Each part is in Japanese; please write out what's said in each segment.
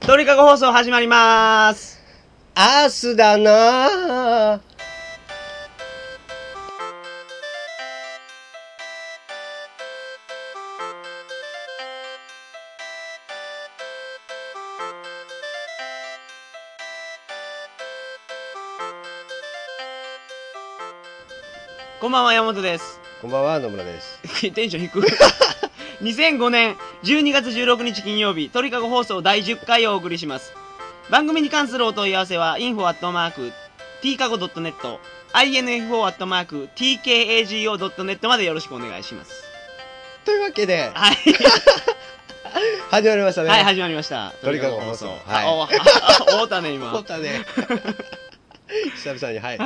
鳥かご放送始まります。アースだなあこんばんは、山本です。 こんばんは野村ですテンション低い。2005年12月16日金曜日、鳥かご放送第10回をお送りします。番組に関するお問い合わせは、info.tkago.net、info.tkago.net までよろしくお願いします。というわけではい。始まりましたねはい、い始まりました。鳥かご放送はい。はあお会うたね、今。思っはたね 久々にはい、い。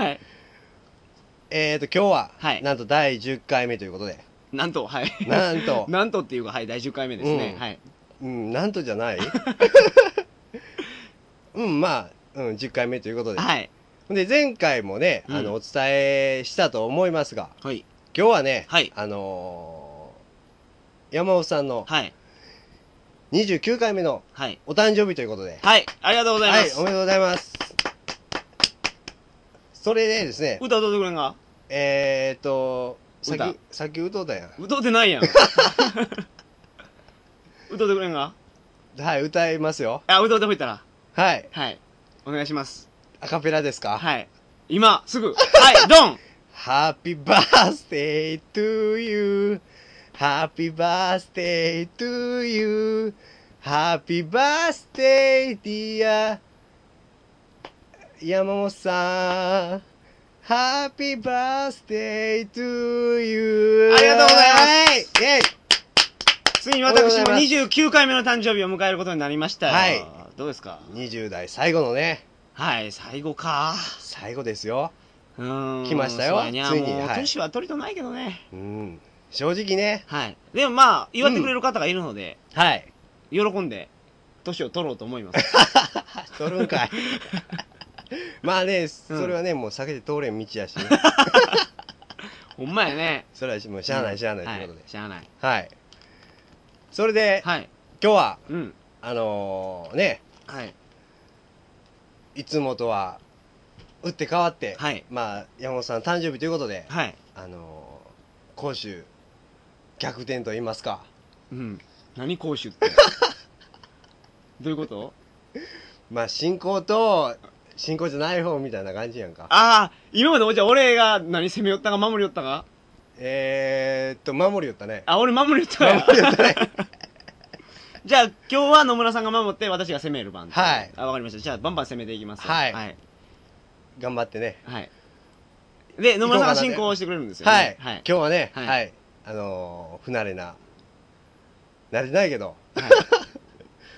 えーと今日は、はいなんと第10回目というこ とでなんと、はい。なんと なんとっていうか、はい、第10回目ですね。うんはい。うんなんとじゃない うんまあ、うん、10回目ということで,、はい。で前回もね、あうんのお伝えしたと思いますがはい。今日はね、はいあのー山本さんのはい。 29回目のはい。お誕生日ということで、はい。ありがとうございまはい、す。おめでとうございます。それでですね、歌歌ってくれんかえーっと、さ歌っき、さっき歌うたやん。歌って ないやん。歌ってくれんかはい、歌いますよ。あ、歌ってほいたら。はい、はい。お願いします。アカペラですかはい。今、すぐ。はい、ド ン ?Happy birthday to you.Happy birthday to you.Happy birthday dear 山本さん。Happy birthday to you. ありがとうございますす。イェイついに私おめでとうもござい29回目の誕生日を迎えることになりましたよ。はいどうですか20代最後のね、はい、最後か。最後ですよ。うーん。来ましたよそうやにゃついにもう、はい年は取りとないけどね。うん。正直ね。はい。でもまあ、祝ってくれる方がいるので、はい。喜んで、年を取ろうと思い ます。取るん かい。まあね、それはね、もう避けて通れん道 やしね。ほんまやね。それはもうしゃあないしゃあないということでは。しゃあない。はい。それで、はい。今日は、うん。あのーね、はい。いつもとは、打って変わって、はいまあ、山本さん誕生日ということで、はい。あのー、今週、逆転と言いますか。うん。何講習 って。どういうことまあ、進行と、進行じゃない方みたいな感じやんか。ああ、今までおじゃあ俺が何攻め寄ったか守り寄ったかえーっと、守りよったね。あ、俺 守り寄ったか守りよったね。じゃあ今日は野村さんが守って私が攻める番。はいあ、わかりました。じゃあバンバン攻めていきます。はいはい。頑張ってね。はい。で、野村さんが進行をしてくれるんですよ、はね い。。はい。今日はね、ははいい。あのー不慣れな、慣れてないけど、はい。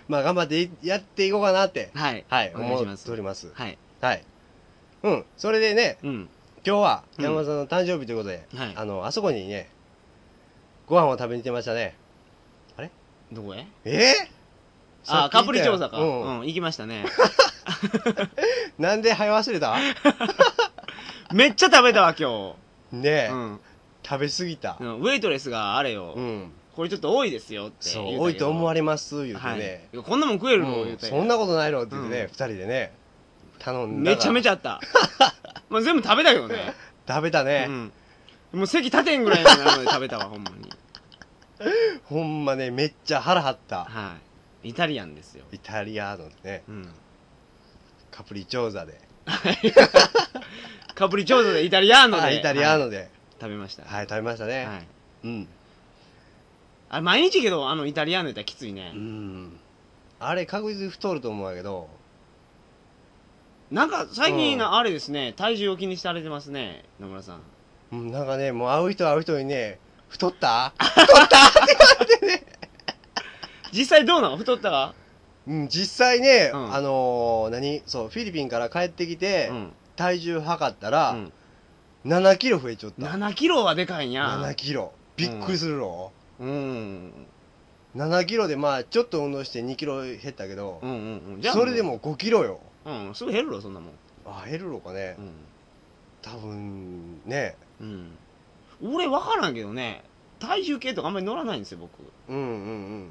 まあ頑張っていやっていこうかなって、はい。 はい、お願いし思まっすてお。ります。はい。はい。うん、それでね、うん。今日はうん山田さんの誕生日ということで、はいあの、あそこにね、ご飯を食べに行ってましたね。どこへえー、あ、カプリ調査か。う。うんん、行きましたね。なんで早忘れためっちゃ食べたわ、今日。ね え、うん。食べ過ぎたう。んウェイトレスがあれよ。うん。これちょっと多いですよってそ言う、多いと思われれます、言うてはいね。いやこんなもん食えるのう言うんてそんなことないろって言ってうんね、二人でね、頼んだら。めちゃめちゃあった まあ全部食べたけどね食べたね。うんもう席立てんぐらいのまで食べたわほんまにほんまね、めっちゃ腹張った。はいイタリアンですよイタリアのね、うんカプリチョーザで、カプリチョーザでイタリアーノあでイタリアはいので、食べましたはい、食べましたね。はいうん。あれ毎日けどあのイタリアーノやったらきついねうん。あれ、確実に太ると思うんやけど、なんか最近うなあれですね体重を気にされてますね野村さんうん、なんかね、もう会う人会う人にね、太った実際どうなの太ったかうん、実際ね、うんあのー何そう、フィリピンから帰ってきて、うん体重測ったうら、ん7キロ増えちゃった。 7キロはでかいんや7キロ。びっくりするろ、うん7キロで、まあ、ちょっと運動して2キロ減ったけどう、んうんうんそれでも5キロよ。うんすぐ減るろそんなもんあ、減るのかね。多分ね、うん、うん、俺分からんけどね体重計とかあんまり乗らないんですよ僕 うんうんうん。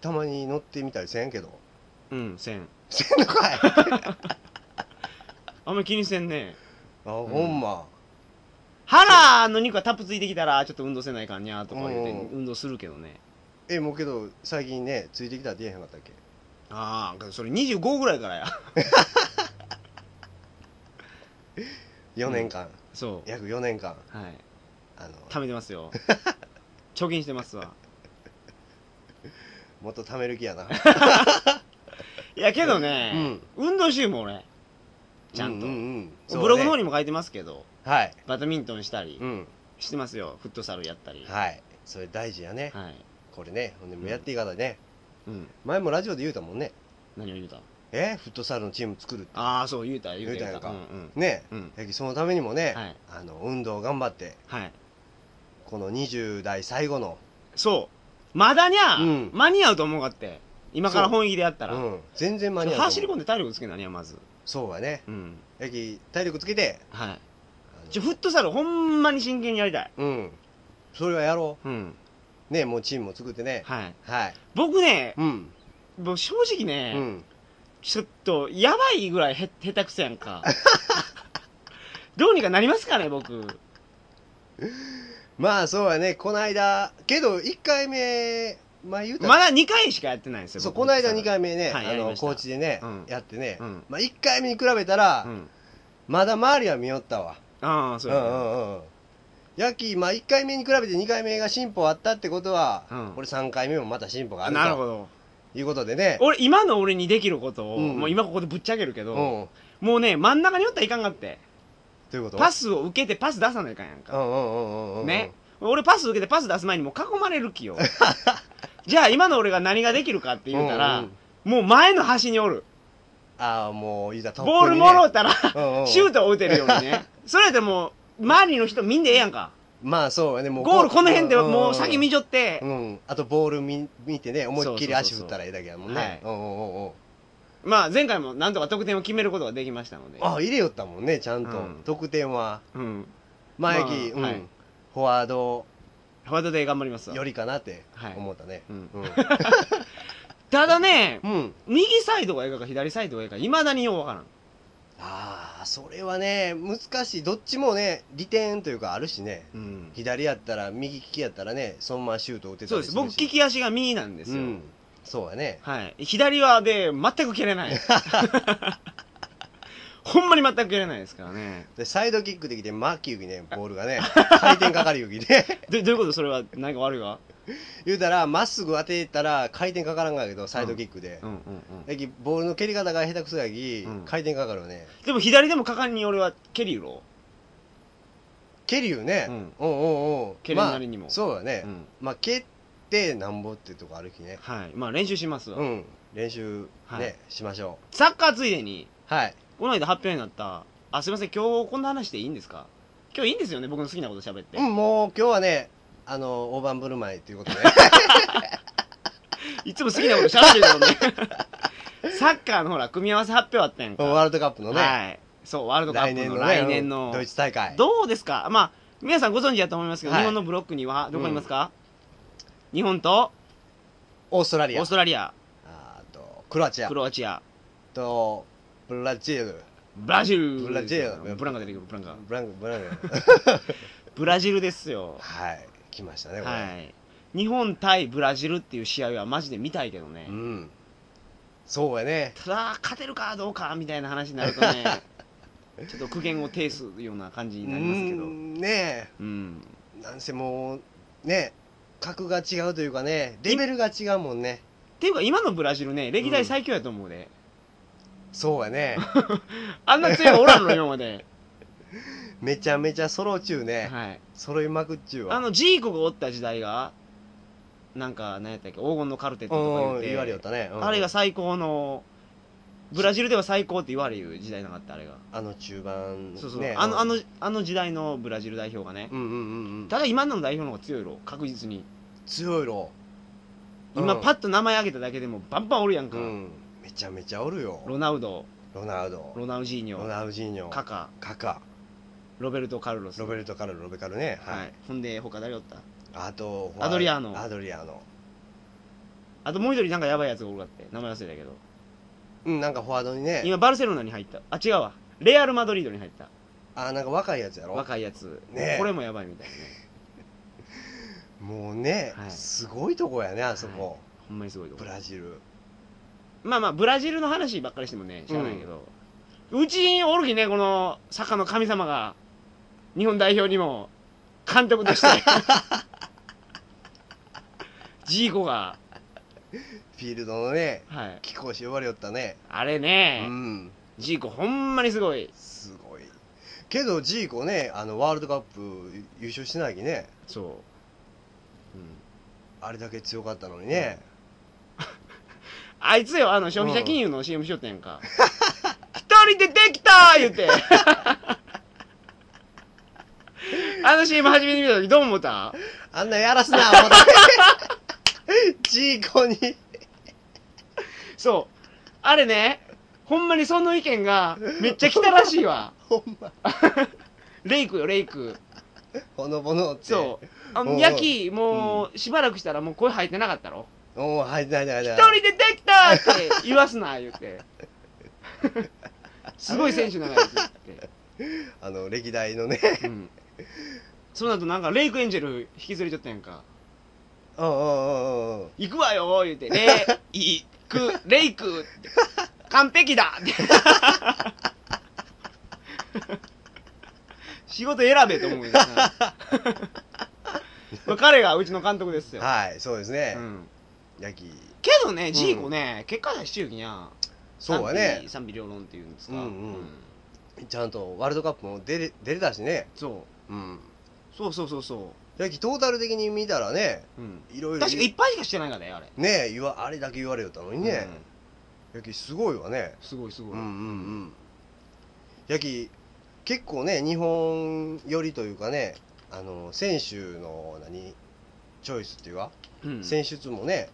たまに乗ってみたりせんけど。うんせんせんのかいあんまり気にせんねあほんま、腹の肉がタップついてきたらちょっと運動せないかんにゃーとか言うてうん運動するけどねえもうけど最近ねついてきたって言えへんかったっけああそれ25ぐらいからや4年間、そう約4年間はいあの貯めてます よ貯金してますわもっと貯める気 やないやけどね、運動しようもん俺ちゃんと、うううんそうねブログの方にも書いてますけどはいバドミントンしたりうんしてますよ、フットサルやったりはいそれ大事やね、はい、これねほんでもうやっていかないね、うん前もラジオで言うたもんね何を言うたえフットサルのチーム作るああそう言うた言うた言うたうやんんかうんねうんやきそのためにもね、はいあの運動頑張ってはいこの20代最後の、そうまだにゃ、うん間に合うと思うかって今からそう本気でやったら、うん、全然間に合うと思う走り込んで体力つけなにゃまずそうやねうんやき体力つけてはいあのちょフットサルほんまに真剣にやりたいうんそれはやろうんうねもうチームも作ってねはいはい僕ねうんもう正直うね、んちょっとやばいぐらいへ下手くそやんか どうにかなりますかね僕まあそうやねこの間けど1回目まあ言うたらまだ2回しかやってないんですよそう僕この間2回目ね、はいあやりのました高知でね、うんやってね、うんまあ、1回目に比べたら、うんまだ周りは見よったわああそううやんうねんうんやき、まあ、1回目に比べて2回目が進歩あったってことは、うん俺3回目もまた進歩があるなるほとどいうことでね俺今の俺にできることを、うんもう今ここでぶっちゃけるけうど、んどもうね真ん中におったらいかんがってういうことパスを受けてパス出さないかんやんうか、んうんうんうんうんね俺パス受けてパス出す前にもう囲まれる 気よじゃあ今の俺が何ができるかって言うたら、うんうんもう前の端におるああもう言うたらトップにボールもろうたら、うんうんシュートを打てるように ね。それでもう、周りの人見んでええやんか。まあそうやねもうゴールこの辺でもう先見て、ちょってう、んあとボール見見てね思いっきり足振ったらええだけやもんねそううんうんうんうんまあ前回もなんとか得点を決めることができましたので。あ入れよったもんねちゃんと、うん得点はうん。前木、まあうんはいフォワードフォワードで頑張りますわよ。りかなってはい思ったね、うんうんただね、うん右サイドがええかか左サイドがええか、未だにようわからん。ああそれはね難しいどっちもね利点というかあるしねうん。左やったら右利きやったらねそのままシュート打てたそうりですす。るし僕、利き足が右なんですうよ。ん、そうやねはい。左はで、全く蹴れ ない。ほんまに全く蹴れないですからね。でサイドキックできて巻き指ねボールがね回転かかる指でどどういうことそれは何か悪いわ 言うたらまっすぐ当てたら回転かからんがやけどサイドキックでうん、うんうん。やきボールの蹴り方が下手くそやき、うん回転かかるよねでも左でも果敢に俺は蹴りうろ蹴るよね、ううんん、うんうんうん蹴るなりにもまあ、そうだね、う。うん。まあ蹴ってなんぼってとこあるきねはい。まあ練習しますわ。うん練習ね、はいしましょサッカーついでに、うはいこの間発表になった、あ、すいません、今日こんな話でいいんですか今日いいんですよね、僕の好きなこと喋ってう。んもう今日はねあの大盤振る舞いということでいつも好きなこと喋ってるもんね。サッカーのほら、組み合わせ発表あったやんか。ワールドカップのね、はい。そう、ワールドカップのね来年の。ドイツ大会どうですかまあ、皆さんご存知だと思いますけど、はい日本のブロックには、どこにいますか、日本と、オーストラオリアーストラリア、あとクロアチアクロアチア、とブラジルブラジル。ブラジルブランカ出てくる、ブランカ。ブランブランブラジルですよ。はい来ましたねこれ、はい。日本対ブラジルっていう試合はマジで見たいけどね。うんそうやねただ、勝てるかどうかみたいな話になると ね、ちょっと苦言を呈すような感じになりますけど。ううん。んねえなんせもうね格が違うというかねレベルが違うもんねっていうか、今のブラジルね、歴代最強やと思うで。そう やねあんな強いのおらんの、今ま で。めちゃめちゃソロ中ね、はい。揃いまくっちゅうわあの、ジーコがおった時代が、なんか、何やったっけ、黄金のカルテットとか言うっんて。言われよったね、うんあれが最高の、ブラジルでは最高って言われる時代なかった、あれが。あの中盤そうそう、ねあのあのあの時代のブラジル代表がね、うんうんうんうんただ今の代表の方が強いろ確実に強いろ今うんパッと名前挙げただけでもバンバンおるやんか、うんめちゃめちゃおるよロナウドロナウドロナウジーニロョナウジーニョカカカカロベルト・カルロスロベルト・カルロロベカルねはい、ほんで他誰おったあとアドリアーノアドリアーノあともう一人なんかやばいやつがおるかって名前忘れたけどうん、なんかフォワードにね。今バルセロナに入ったあ違うわレアル・マドリードに入ったあ、なんか若いやつやろ若いやつ、ねえこれもやばいみたいなねもうね、はいすごいとこやね、あそこ。ほんまにすごいとこブラジル。まあまあブラジルの話ばっかりしてもね知らないけど、うちおるきねこのサッカーの神様が日本代表にも監督 としてジーコがフィールドのね、はい貴公子呼ばれよったね。あれうね、ん。ジーコほんまにすごいすごい。けど、ジーコね、あの、ワールドカップ優勝してないきね、そう、うん、あれだけ強かったのにね。あいつよ、あの、消費者金融の CM しよったやんか。一人でできたー言 って。あの CM 初めて見た時どう思ったあんなや らすな、思って。ジーコに。そう。あれね、ほんまにその意見がめっちゃ来たらしいわ。 ほんま。 レイクよ、レイク。ほのぼのって。そう。あおうおうヤキ、もう、しばらくしたらもう声入ってなかったろ。う。おー、はい、ないないな一い。人でできたーって言わすな、言っ て。すごい選手ながら言って。あの、歴代のね。うん。その後なんか、レイクエンジェル引きずりちゃったやんか。うんうんうんうんうん。行くわよー言う て、レイク、レイク、完璧 だって仕事選べと思うよ なまあ彼がうちの監督ですよ。はい、そうですねう。ん、ヤキ。けどね、ジーコね、結果出してるきにゃ、そうやね。賛否両論っていうんですか、うんうんちゃんとワールドカップも出れ出れたしね。そうん。うそうそうそうそヤキ、トータル的に見たらね、う、うん、いろいろ。確か1敗しかしてないからね、あれ。ねえ、言わ、あれだけ言われよったのにね。うんヤキ、すごいわね。すごいすごい、うんうんうん。ヤキ、結構ね、日本寄りというかね、あの、選手の、何、チョイスっていうか、うんい選出もね、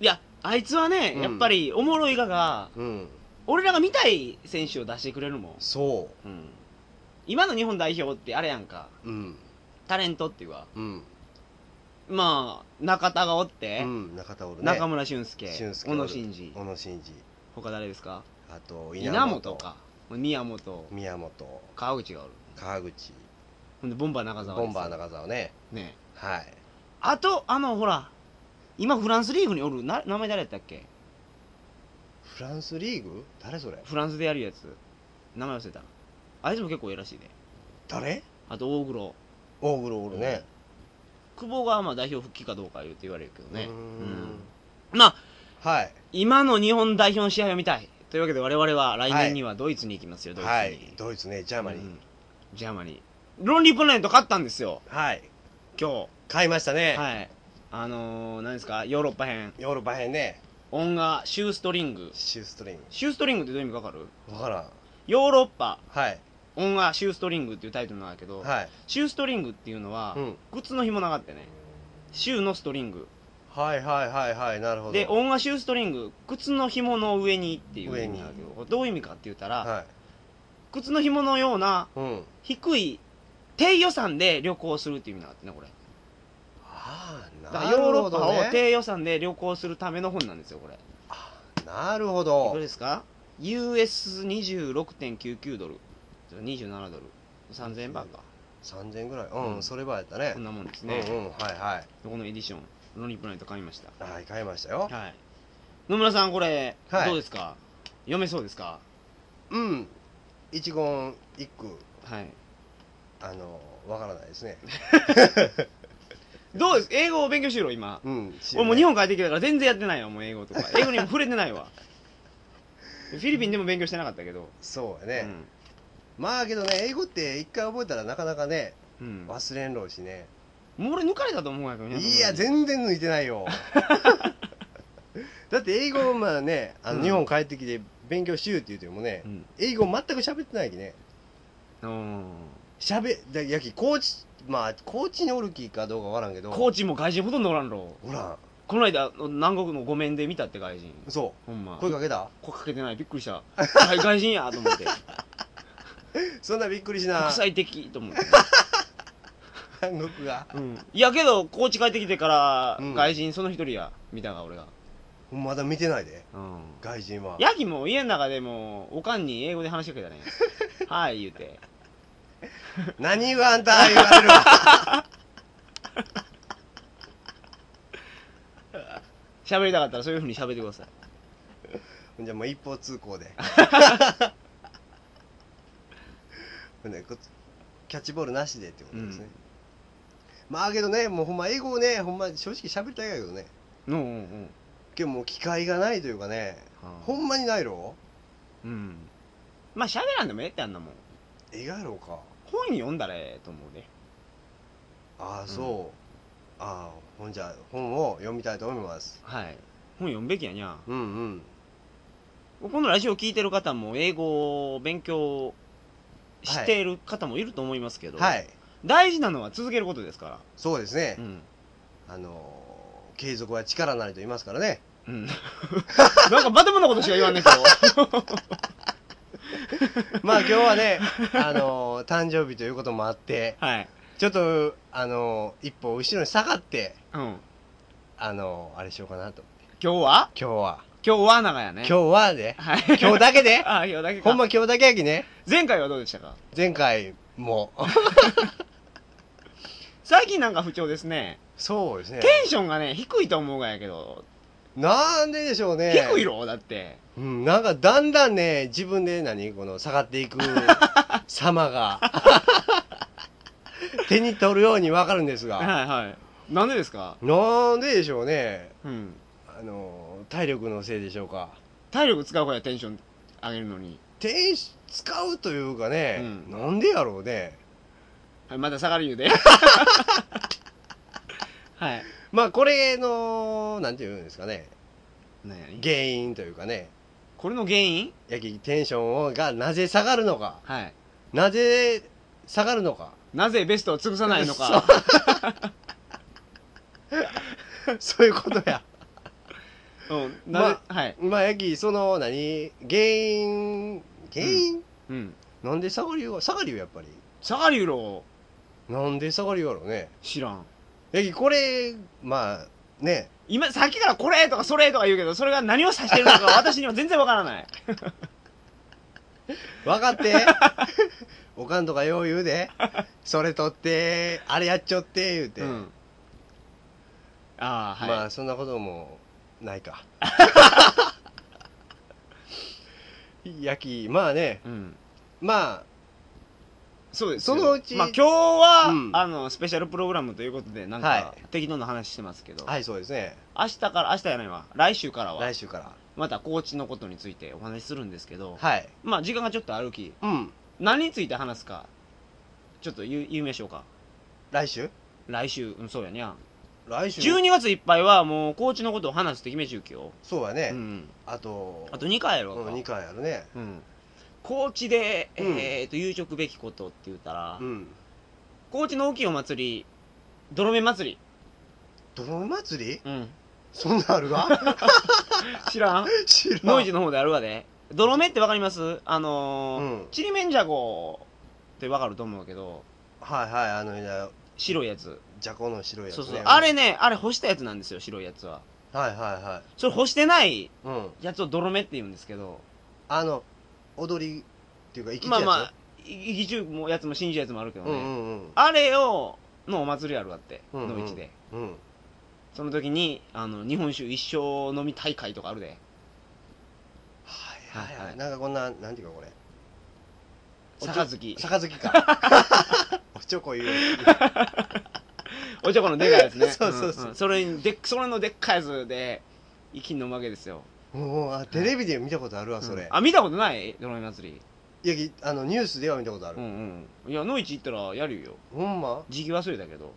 や、あいつはね、やっぱりおもろいがが、うん、俺らが見たい選手を出してくれるもん、そ今の日本代表ってあれやんかう。うん、タレントっていうかうん、まあ中田がおって、うん、中田おるね。中村俊輔俊輔小お野る伸二小野伸二。他誰ですかあと稲稲本本か宮本宮本川口がおる川口ほんでボンバー中澤ボンバー中中澤ねねはいあとあのほら今フランスリーグにおるな名前誰やったっけフランスリーグ誰それフランスでやるやつ名前忘れたあいつも結構ええらしいで誰あと大黒大黒おるね久保がまあ代表復帰かどうか言うて言われるけどねうーんうんまあはい今の日本代表の試合を見たいというわけで我々は来年にはドイツに行きますよ、はドイツいにドイツねジャーマニうーんジャーマニーロンリープラネット勝ったんですよはい今買いました日ねはいあのー、何ですかヨーロッパ編ヨーロッパ編ね音がシューストリングシューストリンシューストリングってどういう意味かわかるグわからんヨーロッパはい音がシューストリングっていうタイトルなんだけど、はいシューストリングっていうのは、うん靴の紐長ってねシューのストリングはいはいはいはいなるほどで音がシューストリング靴の紐の上にっていう意上味になんだけどこれどういう意味かって言ったら、は靴の紐のようないうん低い低予算で旅行するっていう意味なんだってねこれああだかならヨーるロほッパをどね低予算で旅行するための本なんですよこれいなるほくどらですか US26.99 ドル27ドル3000円バーか3000ぐらいうん、うんそればやったねこんなもんですうんね、うんはいはこのエディションロニープラネット買いましたいはい買いましたよはい野村さんこれ、はいどうですか読めそうですかうん一言一句はいあのわからないですねどうです英語を勉強しろ今うん俺もう日本帰ってきたから全然やってないわもう英語 とか英語にも触れてないわフィリピンでも勉強してなかったけど、そうやね、まあけどね英語って一回覚えたらなかなかねうん、うん、忘れんろうしね、もう俺抜かれたと思うんやけどねいや全然抜いてな いよだって英語まあねあうのん日本帰ってきて勉強しようって言うてもね、うん英語全く喋ってないきねうん喋だやき高知まあ高知におるきかどうかわからんけどコーチも外人ほとんどおらんろほらこの間南国のごめんで見たって外人そほんまう声声かけたかけてないびっくりした外外人やと思 ってそんなびっくりしな国際的と思って、韓国がうん、いやけどコーチ帰ってきてからうん外人その一人や見たが俺がまだ見てないでうん外人はヤギも家の中でもおかんに英語で話しかけた ねはい言うて何言わんた言われるわ 喋りたかったらそういうふうに喋ってくださいじゃあもう一方通行 でほんでこキャッチボールなしでってことですね、まあけどねもうほんま英語をねほんま正直喋りたいけどねうんうんうん今日もう機会がないというかねほんまにないろうんまあ喋らんでもええってあんなもんええがやろうか本読んだらええと思うねああそう、ああほんじゃ本を読みたいと思いますはい本読むべきやにゃうんうんこのラジオ聞いてる方も英語を勉強している方もいると思いますけど、はい大事なのは続けることですかそうですねら、うんあのー継続は力なりと言いますからねうん なんかまともなことしか言わんねえけど まあ今日はね あのー誕生日ということもあってはい、ちょっとあのー一歩後ろに下がってうん、あのーあれしようかなと今日は今日は今日は長やね今日は ねはい今日だけで あ今日だけかほんま今日だけやきね前回はどうでしたか前回も最近なんか不調ですねそうですねテンションがね低いと思うがやけど、なんででしょうね低いろだってうん、なんかだんだんね、自分で何この下 がっていく様が、手に取るようにわかるんですが、はいはいなんでですかなんででしょうね、うんあの、体力のせいでしょうか。体力使うからテンション上げるのに、手使うというかね、うんなんでやろうね。はい、まだ下がる言う ではいまあこれの、なんていうんですかね、なんやね原因というかね、これの原因やきテンションがなぜ下がるのか、はいなぜ下がるの か、なぜベストを潰さないのか そういうことや。うんなぜ、まはいまあ、やき、その、何、原因、原因、うんなんで下がりよう下がりよ、やっぱり。下がる言うろなんで下がりようやろうね。知らんやき、これ、まあ、ね、今さっきからこれとかそれとか言うけどそれが何を指してるのか私には全然わから ない分か って。おかんとかよう言うで。それ取って、あれやっちゃって、言うて。うんああはい、まあ、そんなことも、な いか。やき、まあね、うんまそうですよそのうちまあ、今日は、うんあのスペシャルプログラムということでなんか、は適当な話してますけど、あ、はい、そうですね。明日から明日やないわ来週からは来週から。またコーチのことについてお話しするんですけど、はい。まあ時間がちょっと歩きうん。何について話すかちょっと言う言いましょうか来週来週うんそうやにゃ来週。 12月いっぱいはもうコーチのことを話すって決めちゅうきよ、そうやね。うん、あと、あと2回やろううんか2回あるね。うん、コーチで、えうんーと有職べきことって言ったら、うん。高知の大きいお祭り泥目祭り泥祭り うんそんなんあ るが知らん知らん。ノイジーの方であるわで泥目ってわかりますあうのーんちりめんじゃこってわかると思うけどはいはい、あの、じゃ白いやつじゃこの白いやつ、そね。うそうあれねあれ干したやつなんですよ白いやつははいはそれ干してないいはい。うん。やつを泥目って言うんですけどあの、踊りっていうか、生きてまあるやつ。まあ生き中もやつも信じるやつもあるけどね、うんうんあれをのお祭りあるわってうんうん野市でうん。うん。その時にあの日本酒一生飲み大会とかあるではいははいいは。はいいなんかこんな、なんていうかこれ。おちょ杯杯か。 おちょこ言うやつ。おちょこのでかいやつね そうそうそうんんそれにでっそれのでっかいやつで一気に飲むわけですよもう、あテレビで見たことあるわ、そうんれ。あ見たことないドラマ祭りいやき、あの、ニュースでは見たことあうる。んうんいや野市行ったらやるよほんま時期忘れたけど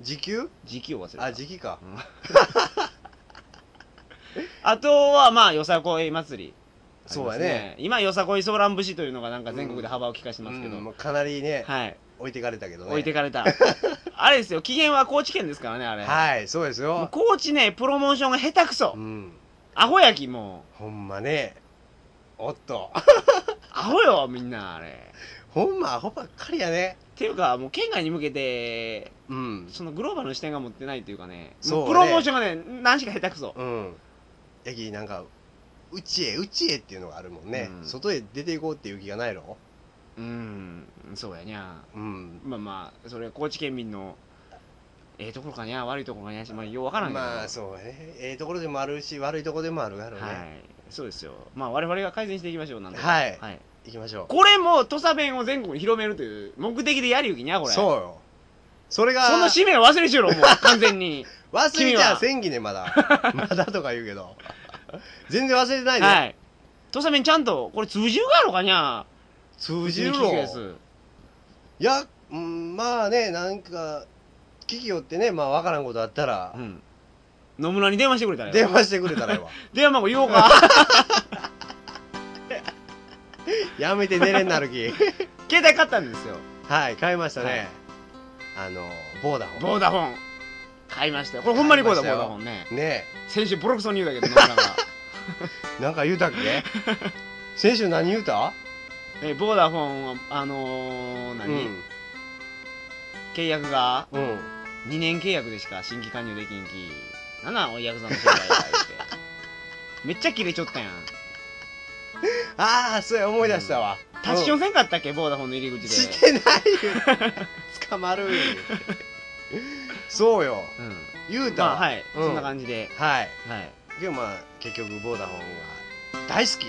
時給時期を忘れたあ、時給か。あとはまあよさこい祭りそうやありますね。今よさこいソーラン節というのがなんか全国で幅を利かしてうますけど、ん、もうかなりね、はい置いてかれたけどね。置いてかれ たあれですよ期限は高知県ですからねあれはい、そうですもうよ。高知ねプロモーションが下手くそうん。アホやきもほんまね。おっと。うアホよみんなあれっほんまアホばっかりやね。ていうかもう県外に向けてうん。そのグローバルの視点が持ってないというかねそうねもうプロモーションがね何しか下手くそうん。やきなんかうちへうちへっていうのがあるもんね、うん外へ出ていこうっていう気がないのうんそうやにゃうんまあまあそれ高知県民のええところかにゃ悪いところかにゃまあようわからんけどまあそうねええところでもあるし悪いところでもあるやろうね、はいそうですよまあ我々が改善していきましょうなんでははいはい、行きましょこれも土佐弁を全国に広めるという目的でやるゆきにゃうこれそうよそれがその使命を忘れしろもう完全 に忘れ君ちゃは千ぎねまだ まだとか言うけど全然忘れてないね、はい土佐弁ちゃんとこれ通じるかろうかにゃ通じるうちに聞のくやついや、うん、まあねなんか聞きよってねまあ分からんことあったらう、ん野村に電話してくれたらよ電話してくれ たらええわ電話番号言おう かやめて寝れんなる気携帯買ったんですよ はい買いましたね、あのボーダーをボーダフォン買いましたよこれほんまにこうだボー買いましダたよフォンねね先週ボロクソに言うだけど野村が、えなんか言うたっけ 先週何言うた、えボーダフォンはあのー、う何、ん契約がうん2年契約でしか新規加入できんきなんなんおいヤクザの 世界が言ってめっちゃキレちょったやんああそうや思い出したわ、タッチションせんかったっけボーダフォンの入り口でして ないよ捕まるよそうようん言うたまわあはい、うんそんな感じではいはいでもまあ結局ボーダフォンは大好き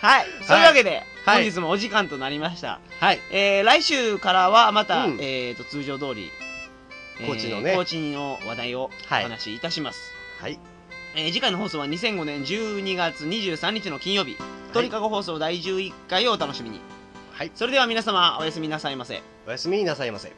はい、そういうわけで、はい本日もお時間となりました、はいえー来週からはまた、うんえー、と通常通り高知のねえー高知の話題をおはい話しいたします、はいえー次回の放送は2005年12月23日の金曜日鳥かご放送第11回をお楽しみにはいそれでは皆様おやすみなさいませおやすみなさいませ